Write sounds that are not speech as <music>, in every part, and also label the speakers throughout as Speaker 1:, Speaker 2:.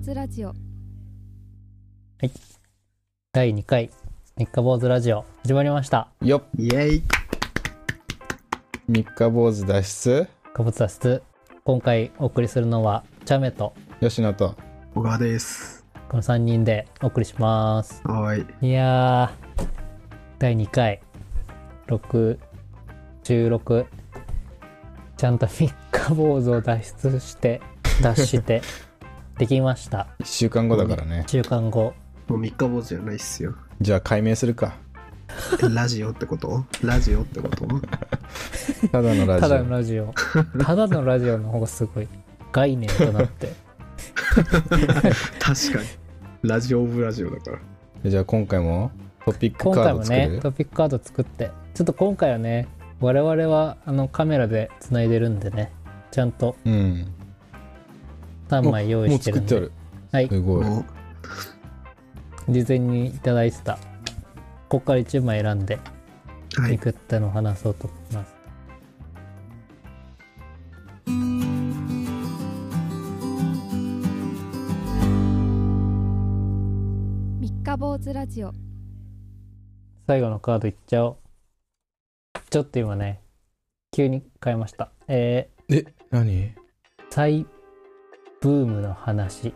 Speaker 1: ズラジオ
Speaker 2: 第2回三日坊主ラジオ始まりました
Speaker 3: よっ
Speaker 4: イエイ
Speaker 3: 三日坊主脱出
Speaker 2: 貨物脱出今回お送りするのはチャメと
Speaker 3: 吉野と
Speaker 4: 小川です
Speaker 2: この3人でお送りします
Speaker 4: はーい
Speaker 2: いやー第2回6 16ちゃんと三日坊主を脱出
Speaker 3: <laughs>
Speaker 2: して脱してできました
Speaker 3: 1週間後だからね
Speaker 2: 1週間後
Speaker 4: もう三日坊主じゃないっすよ
Speaker 3: じゃあ解明するか
Speaker 4: ラジオってことラジオってこと
Speaker 3: ただの
Speaker 2: <laughs>
Speaker 3: ラジ
Speaker 2: た
Speaker 3: オ
Speaker 2: だのラジオただのラジオの方がすごい概念となって
Speaker 4: 確かにラジオオブラジオだから
Speaker 3: じゃあ今回もトピック
Speaker 2: 今
Speaker 3: カ
Speaker 2: 回
Speaker 3: ー
Speaker 2: も
Speaker 3: ド作る、
Speaker 2: ねトピックカード作ってちょっと今回はね我々はあのカメラでつないでるんでねちゃんと
Speaker 3: うん
Speaker 2: 3枚用意
Speaker 3: もう
Speaker 2: して
Speaker 3: 作
Speaker 2: る
Speaker 3: っ
Speaker 2: ん
Speaker 3: て
Speaker 2: で
Speaker 3: ある
Speaker 2: はい
Speaker 3: すごい
Speaker 4: お
Speaker 2: 事前にいただいてたここから1枚選んで
Speaker 4: は
Speaker 2: め
Speaker 4: い
Speaker 2: くったのを話そうと思います、
Speaker 1: 三日坊主ラジオ
Speaker 2: 最後のカードいっちゃおうちょっと今ね急に変えましたえ
Speaker 3: え何
Speaker 2: ー、再ブームの話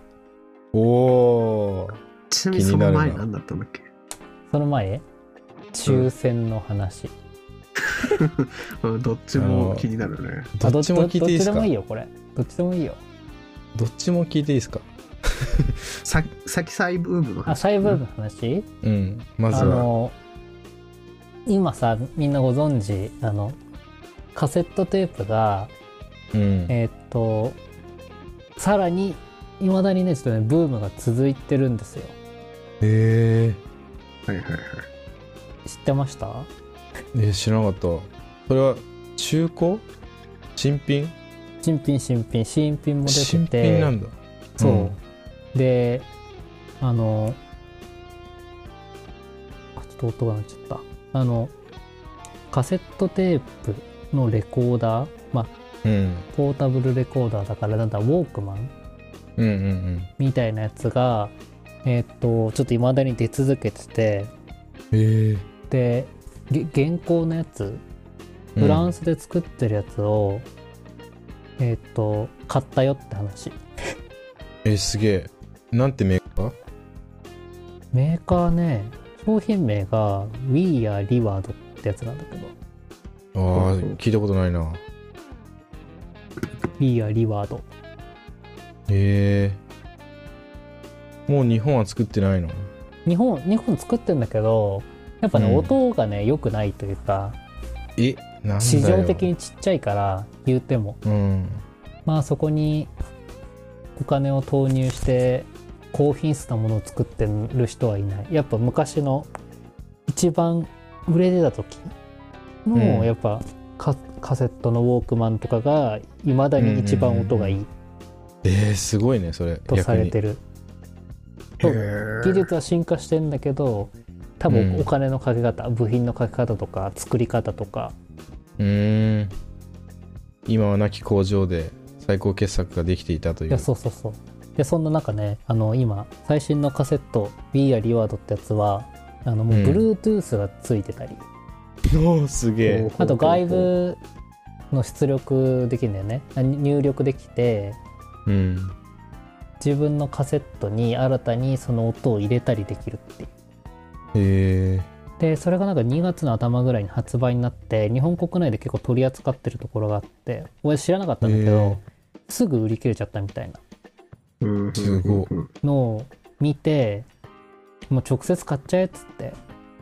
Speaker 3: おおー
Speaker 4: ちなみにその前何だったんだっけ
Speaker 2: その前抽選の話、
Speaker 4: うんどっちも気になるね
Speaker 2: あ
Speaker 3: どっちも聞いていいです
Speaker 2: どっちで
Speaker 3: か
Speaker 2: もいいよこれどっちでもいいよ
Speaker 3: どっちも聞いていいですか
Speaker 4: ささきサイブームの
Speaker 2: あ
Speaker 4: 話
Speaker 2: 再ブームの話、
Speaker 3: うんまず
Speaker 2: あ
Speaker 3: は
Speaker 2: の今さみんなご存知あのカセットテープが
Speaker 3: うん
Speaker 2: えーっとさらにいまだにねちょっとねブームが続いてるんですよ
Speaker 3: え
Speaker 4: はいはいはい
Speaker 2: 知ってました
Speaker 3: ー、え知らなかったそれは中古新品
Speaker 2: 新品新品新品も出てて
Speaker 3: 新品なんだ
Speaker 2: そう、
Speaker 3: うん
Speaker 2: であのあちょっと音が鳴っちゃったあのカセットテープのレコーダーまあ
Speaker 3: うん
Speaker 2: ポータブルレコーダーだからなんだウォークマン
Speaker 3: うんうん
Speaker 2: みたいなやつがえーっとちょっといまだに出続けてて
Speaker 3: うんええ
Speaker 2: でげ現行のやつ
Speaker 3: ー、
Speaker 2: フランスで作ってるやつを、えーっと買ったよって話
Speaker 3: うんえすげえなんてメーカー
Speaker 2: メーカーね商品名が We Are Reward ってやつなんだけど
Speaker 3: ああ聞いたことないな
Speaker 2: We Are Reward
Speaker 3: へえもう日本は作ってないの
Speaker 2: 日本日本作ってんだけどやっぱね、
Speaker 3: うん
Speaker 2: 音がね良くないというか
Speaker 3: えなんだよ
Speaker 2: 市場的にちっちゃいから言うても
Speaker 3: うん
Speaker 2: まあそこにお金を投入して高品質なものを作ってる人はいないやっぱ昔の一番売れてた時の、
Speaker 3: うん
Speaker 2: やっぱカカセットのウォークマンとかがいまだに一番音がいい
Speaker 3: えー、すごいねそれ
Speaker 2: とされ
Speaker 3: 逆
Speaker 2: てる
Speaker 4: へ
Speaker 2: そう技術は進化してんだけど多分
Speaker 3: うん
Speaker 2: お金のかけ方、部品のかけ方とか作り方とか
Speaker 3: にうーん今は亡き工場で最高傑作ができていたとい
Speaker 2: いうやそうそうそうでそんな中ねあの今最新のカセット「We Are Reward」ってやつはあのもう
Speaker 3: うん
Speaker 2: Bluetooth がついてたり、
Speaker 3: おーすげえ
Speaker 2: あと外部の出力できるんだよねあ入力できて
Speaker 3: うん
Speaker 2: 自分のカセットに新たにその音を入れたりできるっていう
Speaker 3: へえ
Speaker 2: でそれがなんか2月の頭ぐらいに発売になって日本国内で結構取り扱ってるところがあって俺知らなかったんだけど、
Speaker 3: へ
Speaker 2: すぐ売り切れちゃったみたいな
Speaker 4: うん
Speaker 3: すごい
Speaker 4: うん
Speaker 2: のを見てもう直接買っちゃえっつって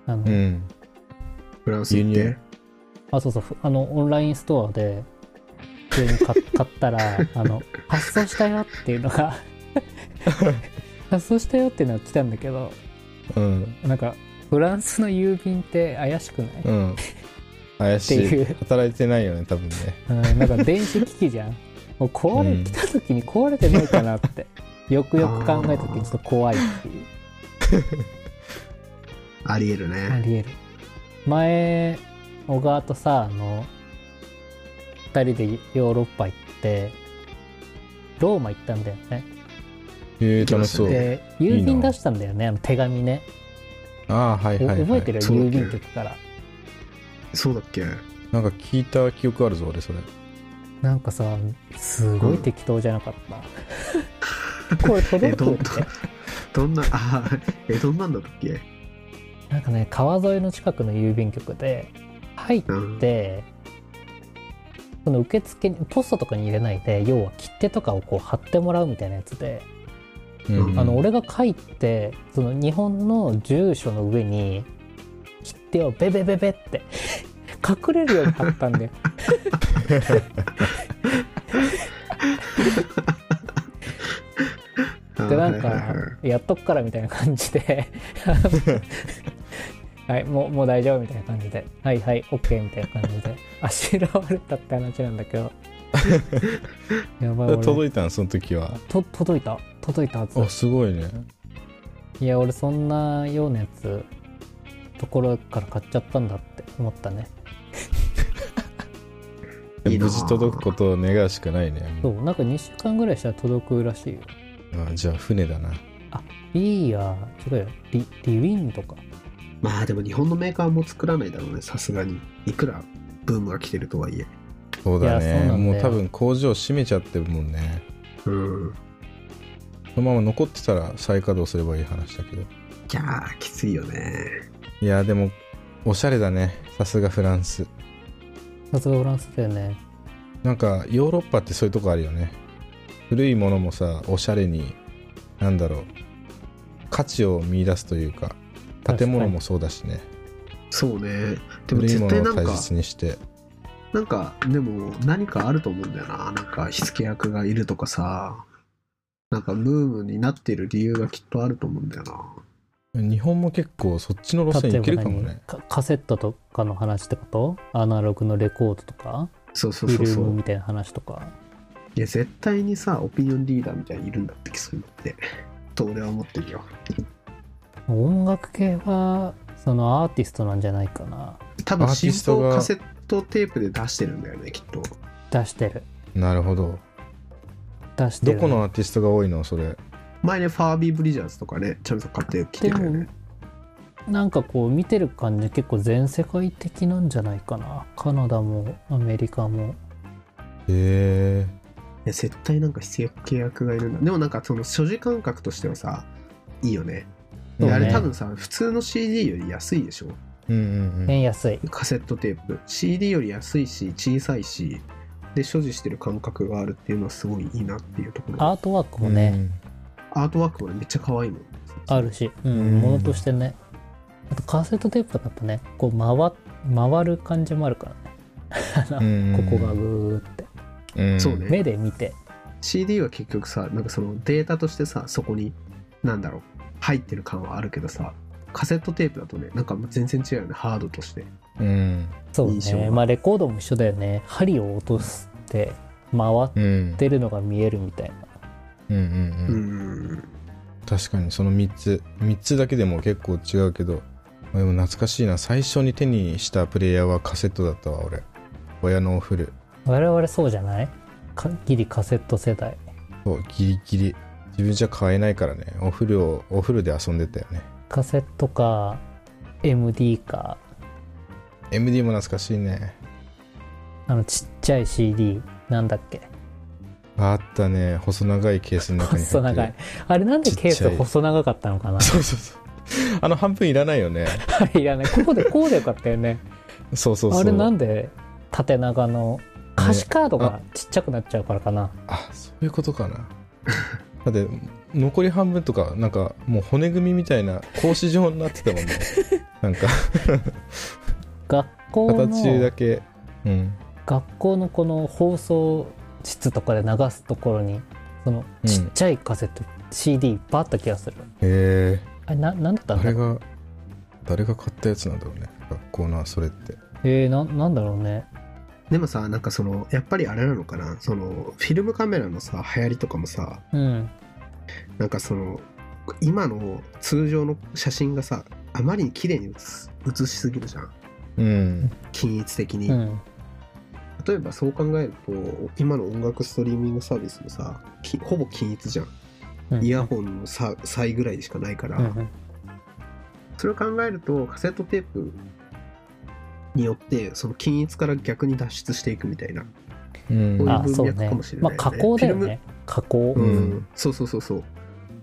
Speaker 2: あの、
Speaker 3: うん
Speaker 4: フランス行って
Speaker 2: あそうそうふあのオンラインストアで普通に買買った
Speaker 3: <laughs>
Speaker 2: らあの発送したよっていうのが発送したよっていうのが来たんだけど
Speaker 3: うん
Speaker 2: なんかフランスの郵便って怪しくない、 <laughs>
Speaker 3: うん怪し
Speaker 2: ってい
Speaker 3: いう働いてないよね多分ね
Speaker 2: うん、なんか電子機器じゃんもう壊れ、
Speaker 3: うん
Speaker 2: 来た時に壊れてないかなってよくよく考えた時にちょっと怖いっていう
Speaker 4: ありえる
Speaker 2: あ
Speaker 4: ね
Speaker 2: りえる前小川とさあの2人でヨーロッパ行ってローマ行ったんだよね
Speaker 3: えー、楽しそう。
Speaker 2: で
Speaker 3: い
Speaker 2: 郵
Speaker 3: い
Speaker 2: 便
Speaker 3: な
Speaker 2: 出したんだよねあの手紙ね、
Speaker 3: ああー、はい
Speaker 2: お
Speaker 3: はい、はい。
Speaker 2: 覚えてる
Speaker 4: そうだ
Speaker 2: 郵
Speaker 4: ね
Speaker 2: 便局から
Speaker 4: そうだっけ
Speaker 3: なんか聞いた記憶あるぞ、俺、それ。
Speaker 2: なんかさすごい適当じゃなかった、これ届
Speaker 4: えど
Speaker 2: く
Speaker 4: ん
Speaker 2: って
Speaker 4: どんな <laughs> あーえどんなんだったっけ
Speaker 2: なんかね川沿いの近くの郵便局で入っ
Speaker 4: うん
Speaker 2: てその受付にポストとかに入れないで要は切手とかをこう貼ってもらうみたいなやつで、
Speaker 3: うん
Speaker 2: あの俺が書いてその日本の住所の上に切手をベベベベって <laughs> 隠れるように貼ったん
Speaker 3: <laughs>
Speaker 2: で
Speaker 4: あー
Speaker 2: でなん
Speaker 4: はいはいはい
Speaker 2: かやっとくからみたいな感じで <laughs> はいもうもう大丈夫みたいな感じではいはい OK みたいな感じであしらわれたって話なんだけ
Speaker 3: <laughs>
Speaker 2: どやばい俺
Speaker 3: 届いたん、その時は。
Speaker 2: と届いた届いたはず
Speaker 3: あ、すごいね。
Speaker 2: いや俺そんなようなやつところから買っちゃったんだって思ったね
Speaker 4: いいな
Speaker 3: 無事届くことを願うしかないね。
Speaker 2: そ
Speaker 3: も
Speaker 2: うなんか2週間ぐらいしたら届くらしいよ
Speaker 3: うあじゃあ、船だな。
Speaker 2: いいや違うよリリウィンとか
Speaker 4: まあでも日本のメーカーも作らないだろうねさすがにいくらブームが来てるとはいえ
Speaker 3: そうだ
Speaker 2: いやそう
Speaker 3: ね。
Speaker 2: なんだよ
Speaker 3: もう多分工場閉めちゃってるもんね。
Speaker 4: うん
Speaker 3: そのまま残ってたら再稼働すればいい話だけど。
Speaker 4: いやーきついよね
Speaker 3: いや、でも、おしゃれだね。さすがフランス。
Speaker 2: さすがフランスだよね
Speaker 3: なんかヨーロッパってそういうとこあるよね古いものもさおしゃれになんだろう価値を見出すというか建物もそうだしね
Speaker 4: そうねでも
Speaker 3: 古い
Speaker 4: 絶
Speaker 3: もの
Speaker 4: 対な
Speaker 3: を
Speaker 4: ん
Speaker 3: 大
Speaker 4: か
Speaker 3: 切にして
Speaker 4: なんかでも何かあると思うんだよななんか火付け役がいるとかさなんかブームになってる理由がきっとあると思うんだよな
Speaker 3: 日本も結構そっちの路線
Speaker 2: 例
Speaker 3: い
Speaker 2: え
Speaker 3: ける
Speaker 2: ば
Speaker 3: かも
Speaker 2: 何
Speaker 3: ね
Speaker 2: かカセットとかの話ってことアナログのレコードとか
Speaker 4: そうそ
Speaker 2: フ
Speaker 4: う
Speaker 2: ィ
Speaker 4: そう
Speaker 2: ル
Speaker 4: そ
Speaker 2: ム
Speaker 4: う
Speaker 2: みたいな話とか
Speaker 4: いや絶対にさオピニオンリーダーみたいにいるんだってそういうのってと俺は思ってるよ
Speaker 2: 音楽系はそのアーティストなんじゃないかな
Speaker 4: 多分
Speaker 3: アーテ
Speaker 4: 新
Speaker 3: ィストが
Speaker 4: 聞カセットテープで出してるんだよねきっと
Speaker 2: 出してる
Speaker 3: なるほど
Speaker 2: 出して
Speaker 3: ど
Speaker 2: る
Speaker 3: このアーティストが多いのそれ
Speaker 4: 前ねファービー・ブリジャーズとかねちゃんと買ってきてるよね
Speaker 2: なんかこう見てる感じ結構全世界的なんじゃないかなカナダもアメリカも
Speaker 3: へえ
Speaker 4: いや絶対なんか必要契約がいるんだでもなんかその所持感覚としてはさいいよね
Speaker 2: そう
Speaker 4: で
Speaker 2: ね
Speaker 4: あれ多分さ普通の CD より安いでしょ
Speaker 3: うんうんうん
Speaker 2: 円安い
Speaker 4: カセットテープ CD より安いし小さいしで所持してる感覚があるっていうのはすごいいいなっていうところ
Speaker 2: アートワークもね、
Speaker 4: アートワークもねめっちゃ可愛いもん
Speaker 2: あるし、うん
Speaker 3: うん
Speaker 2: ものとしてねあとカセットテープだとねこう回回る感じもあるからね
Speaker 3: うん
Speaker 2: ここがグーって
Speaker 3: うん
Speaker 4: そうね
Speaker 2: 目で見て
Speaker 4: CD は結局さなんかそのデータとしてさそこになんだろう入ってる感はあるけどさカセットテープだとねなんか全然違うよねハードとして
Speaker 3: うん
Speaker 2: そう
Speaker 4: 印象
Speaker 2: ね
Speaker 4: が
Speaker 2: まあレコードも一緒だよね針を落として回っ
Speaker 3: うん
Speaker 2: てるのが見えるみたいな
Speaker 3: うんうん
Speaker 4: う
Speaker 3: うん
Speaker 4: ん
Speaker 3: 確かにその3つ3つだけでも結構違うけどまあでも懐かしいな最初に手にしたプレイヤーはカセットだったわ俺親のおフル
Speaker 2: 我々そうじゃないかギリカセット世代
Speaker 3: そうギリギリ自分じゃ買えないからねおフルをおフルで遊んでたよね
Speaker 2: カセットか MD か
Speaker 3: MD も懐かしいね
Speaker 2: あのちっちゃい CD なんだっけ
Speaker 3: あったね細長いケースの中に入って
Speaker 2: 細
Speaker 3: る
Speaker 2: 長いあれなんでケー
Speaker 3: ちっちゃ
Speaker 2: ス
Speaker 3: い
Speaker 2: 細長かったのかな <laughs>
Speaker 3: そうそうそうあの半分いらないよね
Speaker 2: あれいらないここでこうでよかったよね
Speaker 3: そうそうそう
Speaker 2: あれなんで縦長の歌詞カードがちっちゃくなっちゃうからかな、
Speaker 3: あそういうことかなだって残り半分とかなんかもう骨組みみたいな格子状になってたも
Speaker 2: <laughs>
Speaker 3: んねなんか
Speaker 2: 学校
Speaker 3: 形だ
Speaker 2: の
Speaker 3: けうん
Speaker 2: 学校のこの放送室とかで流すところにその
Speaker 3: うん
Speaker 2: ちっちゃいカセット、CD いっぱいあった気がする
Speaker 3: へえ
Speaker 2: あれななんだったん
Speaker 3: あ
Speaker 2: だ
Speaker 3: れ
Speaker 2: ろう
Speaker 3: が誰が買ったやつなんだろうね学校のそれって
Speaker 2: えー、ななんだろうね
Speaker 4: でもさなんかそのやっぱりあれなのかなそのフィルムカメラのさ流行りとかもさ
Speaker 2: うん
Speaker 4: なんかその今の通常の写真がさあまりに綺麗に写す写しすぎるじゃん
Speaker 3: うん
Speaker 4: 均一的に、
Speaker 2: うん
Speaker 4: 例えばそう考えると今の音楽ストリーミングサービスもさきほぼ均一じゃん
Speaker 2: ううん
Speaker 4: イヤホンの差差異ぐらいしかないから、
Speaker 2: うんうん
Speaker 4: それを考えるとカセットテープによってその均一から逆に脱出していくみたいな、
Speaker 3: うん
Speaker 4: こ
Speaker 2: あ
Speaker 4: ういう
Speaker 2: そう
Speaker 4: 文脈
Speaker 2: ね
Speaker 4: かもしれな
Speaker 2: ま
Speaker 4: い
Speaker 2: あ
Speaker 4: ね
Speaker 2: 加工だよ
Speaker 4: フィル
Speaker 2: ね加工、
Speaker 4: うん
Speaker 3: うん
Speaker 4: そうそうそうそうフ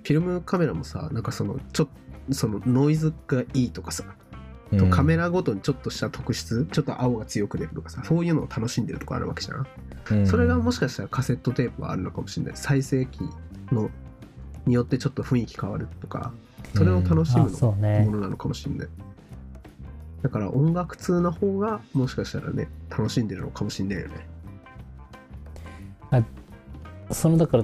Speaker 4: ィルムカメラもさなんかそのちょっそのノイズがいいとかさ、
Speaker 3: うん
Speaker 4: カメラごとにちょっとした特質ちょっと青が強く出るとかさそういうのを楽しんでるとかあるわけじゃん、
Speaker 3: うん
Speaker 4: それがもしかしたらカセットテープはあるのかもしれない再生機のによってちょっと雰囲気変わるとかそれを楽し
Speaker 2: あ
Speaker 4: むの
Speaker 2: そうね
Speaker 4: ものなのかもしれない。だから音楽通な方がもしかしたらね楽しんでるのかもしれないよね。
Speaker 2: そのだから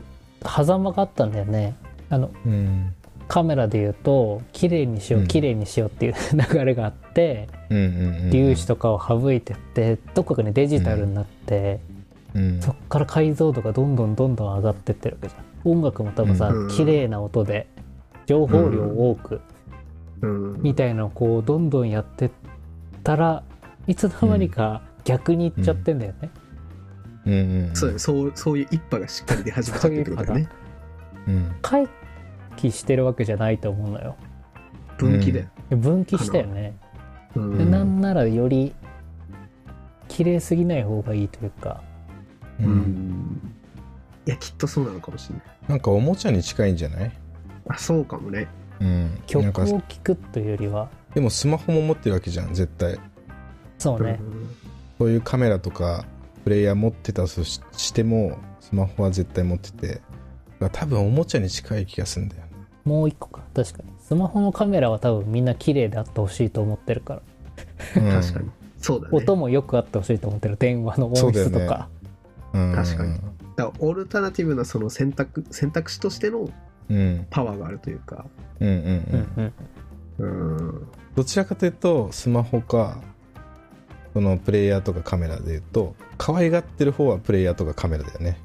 Speaker 2: 狭間があったんだよねあの
Speaker 3: うん
Speaker 2: カメラで言うと綺麗にしよ
Speaker 3: う
Speaker 2: うん綺麗にしようっていう <laughs> 流れがあって、
Speaker 3: うんうんうん
Speaker 2: 粒子とかを省いてってどこかにデジタルになって、
Speaker 3: うん
Speaker 2: そっから解像度がどんどんどんどん上がってってるわけじゃん音楽も多分さ、
Speaker 4: うん
Speaker 2: 綺麗な音で情報量多く
Speaker 4: うん。
Speaker 2: みたいなのをこうどんどんやってったらいつの間にか逆にいっちゃってんだよね、
Speaker 3: うんうん
Speaker 4: そうだねそうそういう一派がしっかり出始めたってことだよね。
Speaker 3: うん
Speaker 2: 回帰してるわけじゃないと思うのよ
Speaker 3: ういう
Speaker 4: 分岐で。
Speaker 2: 分岐したよね、
Speaker 4: う
Speaker 2: で
Speaker 4: ん。
Speaker 2: なんならより綺麗すぎない方がいいというか
Speaker 3: う
Speaker 4: うんんいやきっとそうなのかもしれない。
Speaker 3: なんかおもちゃに近いんじゃない
Speaker 4: あそうかもね。
Speaker 3: うん
Speaker 2: 曲
Speaker 3: な
Speaker 2: を
Speaker 3: んか
Speaker 2: 聴くというよりは
Speaker 3: でもスマホも持ってるわけじゃん絶対
Speaker 2: そうね、
Speaker 3: そういうカメラとかプレイヤー持ってたとししてもスマホは絶対持っててだから多分おもちゃに近い気がするんだよね
Speaker 2: もう一個か確かにスマホのカメラは多分みんな綺麗であってほしいと思ってるから、
Speaker 4: うん確かに。そうだね。
Speaker 2: 音もよくあってほしいと思ってる電話の音質と
Speaker 3: そうだよ
Speaker 2: か、
Speaker 3: うん
Speaker 4: 確かにだからオルタナティブなその選択選択肢としての
Speaker 3: うん
Speaker 4: パワーがあるというか。
Speaker 3: うんうん
Speaker 2: う
Speaker 3: うん、
Speaker 2: んうん
Speaker 4: うん。
Speaker 3: どちらかというとスマホかそのプレイヤーとかカメラでいうと可愛がってる方はプレイヤーとかカメラだよね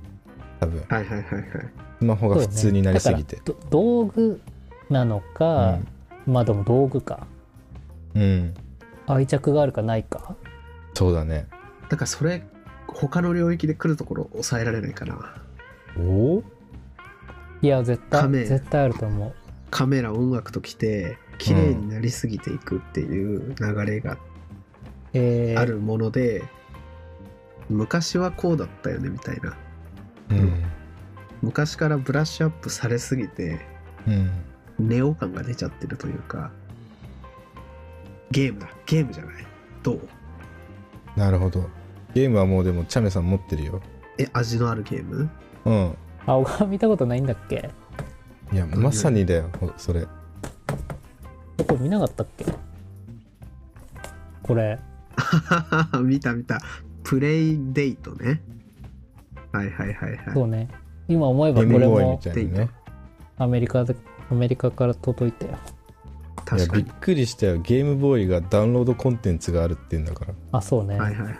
Speaker 3: 多分
Speaker 4: はいはいはいはい。
Speaker 3: スマホが普通になりすぎて
Speaker 2: そうねだからど道具なのか、まあでも道具か
Speaker 3: うん、うん
Speaker 2: 愛着があるかないか
Speaker 3: そうだね
Speaker 4: だからそれ他の領域で来るところ抑えられないかな。
Speaker 3: おお
Speaker 2: いや絶
Speaker 4: カ
Speaker 2: 対
Speaker 4: メ
Speaker 2: 絶対あると思う
Speaker 4: カメラ音楽ときて綺麗になりすぎていくっていう流れが
Speaker 2: えー
Speaker 4: あるもので、昔はこうだったよねみたいな
Speaker 3: うん
Speaker 4: 昔からブラッシュアップされすぎて
Speaker 3: うん
Speaker 4: ネオ感が出ちゃってるというかゲームだゲームじゃないどう
Speaker 3: なるほどゲームはもうでもチャメさん持ってるよ
Speaker 4: え味のあるゲーム <laughs>
Speaker 3: うん
Speaker 2: あ小川見たことないんだっけ
Speaker 3: いやまさにだよほそれ
Speaker 2: これ見なかったっけこれ
Speaker 4: 見た見たプレイデートねはいはいはい
Speaker 2: そ
Speaker 4: は
Speaker 2: うね今思えば
Speaker 3: ゲ
Speaker 2: こ
Speaker 3: ーム
Speaker 2: れ
Speaker 3: ボーイみ
Speaker 2: も
Speaker 3: たいなね
Speaker 2: アメリカでアメリカから届いたよ
Speaker 4: い
Speaker 3: いや
Speaker 4: 確か
Speaker 3: びっ
Speaker 4: に
Speaker 3: くりしたよゲームボーイがダウンロードコンテンツがあるっていうんだから
Speaker 2: あそうね、
Speaker 4: はいはいはいはい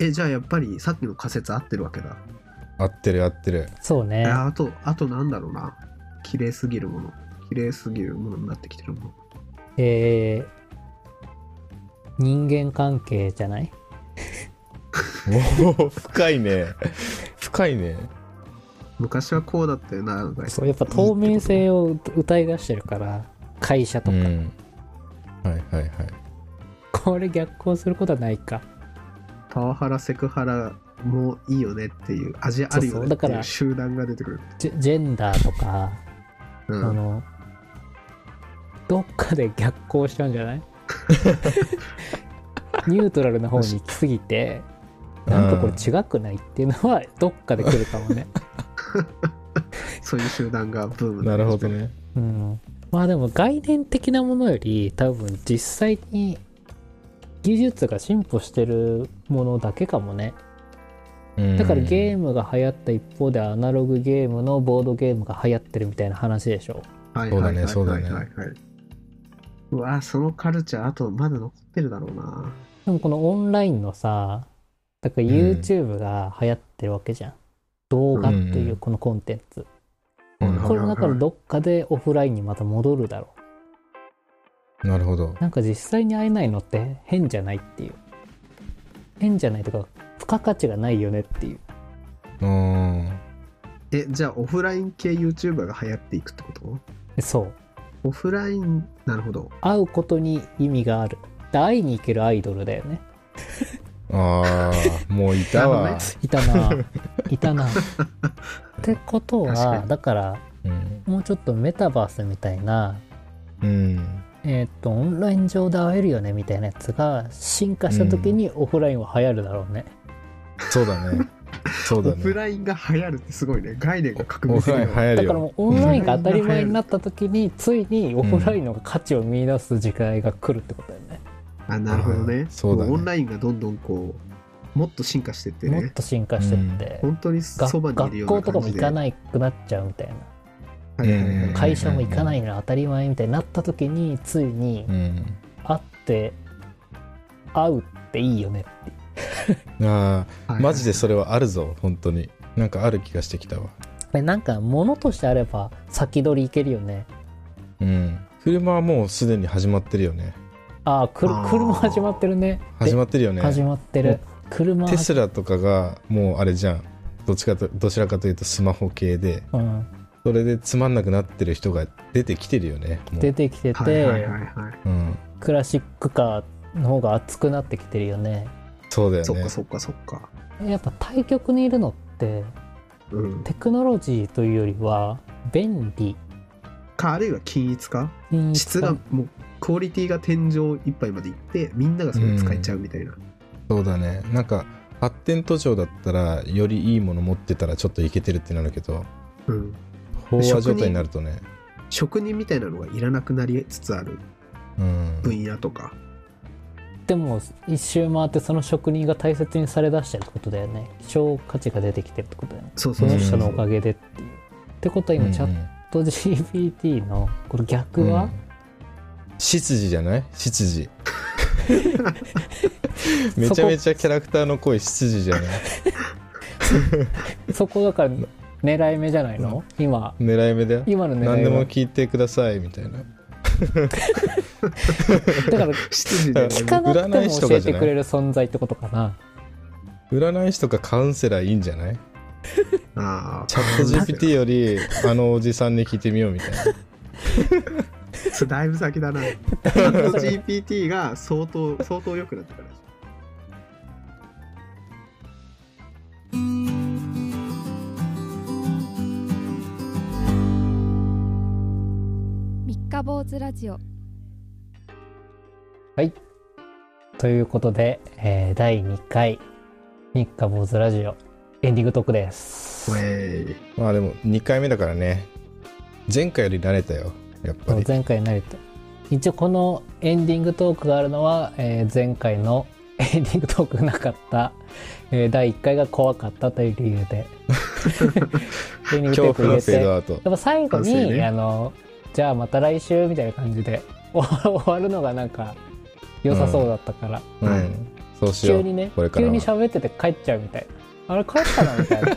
Speaker 4: えじゃあやっぱりさっきの仮説合ってるわけだ
Speaker 3: 合ってる合ってる
Speaker 2: そう
Speaker 4: い
Speaker 2: ね
Speaker 4: やあとあとなんだろうな綺麗すぎるもの綺麗すぎるものになってきてるもの
Speaker 2: えー人間関係じゃない
Speaker 3: おお深いね深いね
Speaker 4: 昔はこうだったよなとか
Speaker 2: そうやっぱ透明性を歌い出してるから会社と
Speaker 3: う
Speaker 2: か、
Speaker 3: んはいはいはい
Speaker 2: これ逆行することはないか
Speaker 4: パワハラセクハラもいいよねっていう味あるよねって
Speaker 2: そうそうだか
Speaker 4: いう
Speaker 2: ら
Speaker 4: 集団が出てくる
Speaker 2: ジェジェンダーとか、
Speaker 4: う
Speaker 2: あ
Speaker 4: ん、
Speaker 2: のどっかで逆行しちゃうんじゃないニュートラルな方に行き過ぎてなんかこれ違くないっていうのはどっかで来るかもね、
Speaker 4: そういう集団がブームに
Speaker 3: な
Speaker 4: り
Speaker 3: る
Speaker 4: ま
Speaker 3: ほ
Speaker 4: す
Speaker 3: どね
Speaker 2: うん、まあでも概念的なものより多分実際に技術が進歩してるものだけかもねだからゲー
Speaker 3: ム
Speaker 2: ムが流行った一方でアナログゲームのボードゲームが流行ってるみたいな話でしょ
Speaker 4: はい
Speaker 3: そうだ
Speaker 4: はいはい
Speaker 3: ねそう
Speaker 4: は
Speaker 3: だ
Speaker 4: い
Speaker 3: ね
Speaker 4: はいはいうわそのカルチャーあとまだ残ってるだろうな
Speaker 2: でもこのオンラインのさだから YouTube が流行ってるわけじゃん、動画って
Speaker 3: うん
Speaker 2: いううんこのコンテンツ、
Speaker 3: うん
Speaker 4: はい
Speaker 2: これもだからどっかでオフラインにまた戻るだろ
Speaker 3: なるほど
Speaker 2: うなんか実際に会えないのって変じゃないっていう変じゃないとか付加価値がないよねっていう
Speaker 3: うん
Speaker 4: えじゃあオフライン系 YouTuber が流行っていくってこと
Speaker 2: そう
Speaker 4: オフラインなるほど
Speaker 2: 会うことに意味があるで会いに行けるアイドルだよね
Speaker 3: ああ、もういた
Speaker 2: <laughs>
Speaker 4: な
Speaker 3: わ
Speaker 4: る。
Speaker 2: いた
Speaker 4: <laughs>
Speaker 2: ないたなってこと
Speaker 4: 確か
Speaker 2: は
Speaker 4: に
Speaker 2: だから
Speaker 3: うん。
Speaker 2: もうちょっとメタバースみたいな
Speaker 3: うん。
Speaker 2: えーっとオンライン上で会えるよねみたいなやつが進化した時にオフラインは流行るだろうね、
Speaker 3: そうだね。そう
Speaker 4: <laughs> オ
Speaker 3: だ
Speaker 4: フ
Speaker 3: ね。
Speaker 4: ラインが流行るってすごいね概念が革
Speaker 3: オ
Speaker 4: 命
Speaker 3: フ
Speaker 4: 的
Speaker 3: ライン流
Speaker 4: な
Speaker 3: 行る
Speaker 2: だから
Speaker 3: よ。
Speaker 2: もうオンラインが当たり前になった時についにオフラインの価値を見出す時代が来るってことだよね、
Speaker 4: あなるほどね
Speaker 3: あそうだね
Speaker 4: もオンラインがどんどんこうもっと進化してって
Speaker 2: もっ
Speaker 4: ね
Speaker 2: と進化してって、
Speaker 4: 本当にそばにいる
Speaker 2: 学
Speaker 4: よう
Speaker 2: 校
Speaker 4: な
Speaker 2: とか
Speaker 4: 感
Speaker 2: も
Speaker 4: じ
Speaker 2: 行
Speaker 4: で
Speaker 2: かなくなっちゃうみたいな
Speaker 4: はいはいはい
Speaker 3: うん
Speaker 2: 会社も行かないのは当たり前みたいになった時についに
Speaker 3: うん。
Speaker 2: 会って会うっていいよねって
Speaker 3: あ
Speaker 4: は
Speaker 3: あ、
Speaker 4: い
Speaker 3: マジでそれはあるぞ、本当に。なんかある気がしてきたわ。
Speaker 2: でなんか物としてあれば先取りいけるよね
Speaker 3: うん。車はもうすでに始まってるよね。
Speaker 2: ああ
Speaker 4: あー
Speaker 2: 車始まってるね
Speaker 3: 始
Speaker 2: ま
Speaker 3: まってるよね。
Speaker 2: 始まってる車
Speaker 3: テスラとかがもうあれじゃん。どっちかと、どちらかというとスマホ系で、
Speaker 2: うん、
Speaker 3: それでつまんなくなってる人が出てきてるよね。もう
Speaker 2: 出てきてて、
Speaker 4: はいはいはいはい
Speaker 3: うん。
Speaker 2: クラシックカーの方が熱くなってきてるよね
Speaker 3: そうだよ
Speaker 4: そっ
Speaker 3: ね
Speaker 4: か。そっかそっか
Speaker 2: やっぱ対局にいるのって
Speaker 4: うん
Speaker 2: テクノロジーというよりは便利
Speaker 4: かあるいは均一化
Speaker 2: 品
Speaker 4: 質
Speaker 2: 質
Speaker 4: がもうクオリティが天井いっぱいまでいってみんながそれを使えちゃうみたいな、
Speaker 3: そうだねなんか発展途上だったらよりいいもの持ってたらちょっといけてるってなるけど
Speaker 4: うん、
Speaker 3: 飽和状態になるとね
Speaker 4: 職人みたいなのがいらなくなりつつある
Speaker 3: うん
Speaker 4: 分野とか、
Speaker 2: でも一周回ってその職人が大切にされだしてるってことだよね希少価値が出てきてるってことだよね
Speaker 4: そうそ
Speaker 2: そう
Speaker 4: そ
Speaker 2: の人の
Speaker 4: うそう
Speaker 2: おかげでっていう、ってことは今チャット GPT のこの
Speaker 3: う
Speaker 2: 逆
Speaker 3: んう
Speaker 2: は
Speaker 3: ん、執事じゃない執
Speaker 2: <laughs>
Speaker 3: 事めちゃめちゃキャラクターの声執事じゃない
Speaker 2: そこだから狙い目じゃないの、今
Speaker 3: 狙い目だよ
Speaker 2: 今の狙
Speaker 3: 何
Speaker 2: い
Speaker 3: でも
Speaker 2: 目
Speaker 3: 聞いてくださいみたいな
Speaker 2: だから
Speaker 4: 執事で
Speaker 2: 聞
Speaker 3: <laughs>
Speaker 2: かなくて
Speaker 3: 占い
Speaker 2: も
Speaker 3: 師
Speaker 2: 教
Speaker 3: とか
Speaker 2: え
Speaker 3: じ
Speaker 2: て
Speaker 3: ゃない
Speaker 2: くれる存在ってことかな
Speaker 3: 占い師とかカウンセラーいいんじゃない
Speaker 4: ああ
Speaker 3: チャット GPT よりあのおじさんに聞いてみようみた
Speaker 2: <laughs>
Speaker 3: いな
Speaker 4: それだいぶ先だなチャット GPT が相当相当良くなってから <laughs>
Speaker 1: 三日坊主ラジオ
Speaker 2: ということで、えー第2回日課坊主ラジオエンディングトークです
Speaker 4: ウェイ
Speaker 3: まあでも2回目だからね前回より慣れたよやっぱ
Speaker 2: そう
Speaker 3: り
Speaker 2: 前回慣れた一応このエンディングトークがあるのは、えー前回の <laughs> エンディングトークがなかった、えー第1回が怖かったという理由
Speaker 3: <laughs>
Speaker 2: でエンディングトー
Speaker 3: 恐
Speaker 2: ク入
Speaker 3: 怖
Speaker 2: れ
Speaker 3: のフェ
Speaker 2: て
Speaker 3: ー
Speaker 2: や
Speaker 3: ドアウト
Speaker 2: っぱ最後
Speaker 4: 反省
Speaker 2: に、
Speaker 4: ね
Speaker 2: あのじゃあまた来週みたいな感じで <laughs> 終わ終わるのがなんか良さそうだったから、
Speaker 3: う
Speaker 4: はい
Speaker 3: ん、そうしよ
Speaker 2: 急
Speaker 3: う
Speaker 2: にね
Speaker 3: これか
Speaker 2: 急
Speaker 3: らは
Speaker 2: に喋ってて帰っちゃうみたいなあれ帰ったなみたいな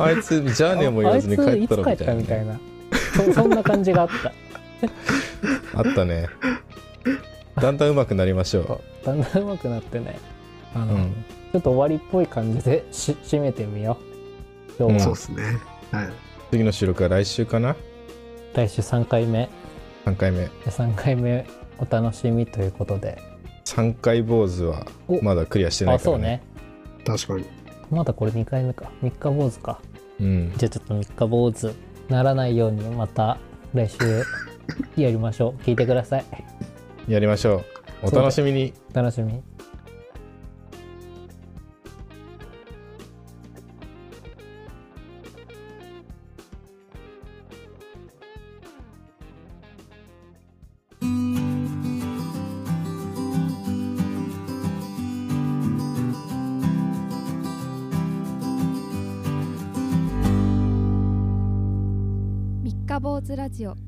Speaker 3: あ <laughs> いつじゃあねも言わずに
Speaker 2: ああ
Speaker 3: 帰
Speaker 2: い
Speaker 3: っ
Speaker 2: つ
Speaker 3: た
Speaker 2: いつ
Speaker 3: ろ
Speaker 2: 帰った
Speaker 3: みたいな
Speaker 2: みた
Speaker 3: ね
Speaker 2: いなそ <laughs> そんな感じがあった
Speaker 3: あったねだんだん上手くなりましょ
Speaker 2: だんだん上手くなってねあ
Speaker 3: う、
Speaker 2: の、
Speaker 3: うん、
Speaker 2: ちょっと終わりっぽい感じでし締めてみよう。今日
Speaker 4: そう
Speaker 2: は
Speaker 4: っすねはい
Speaker 3: 次の収録は来週かな
Speaker 2: 来週3回目、
Speaker 3: 3回目
Speaker 2: 3回目お楽しみということで。
Speaker 3: 3回坊主は
Speaker 2: お
Speaker 3: まだクリアしてな
Speaker 2: あ、
Speaker 3: いか
Speaker 2: そう
Speaker 3: らね
Speaker 2: ね。
Speaker 4: 確かに
Speaker 2: まだこれ2回目か。3日坊主か。
Speaker 3: うん
Speaker 2: じゃあちょっと3日坊主ならないようにまた来週やりましょう。聞いてください。
Speaker 3: やりましょうお楽しみに
Speaker 2: お楽しみに。
Speaker 1: 三日坊主ラジオ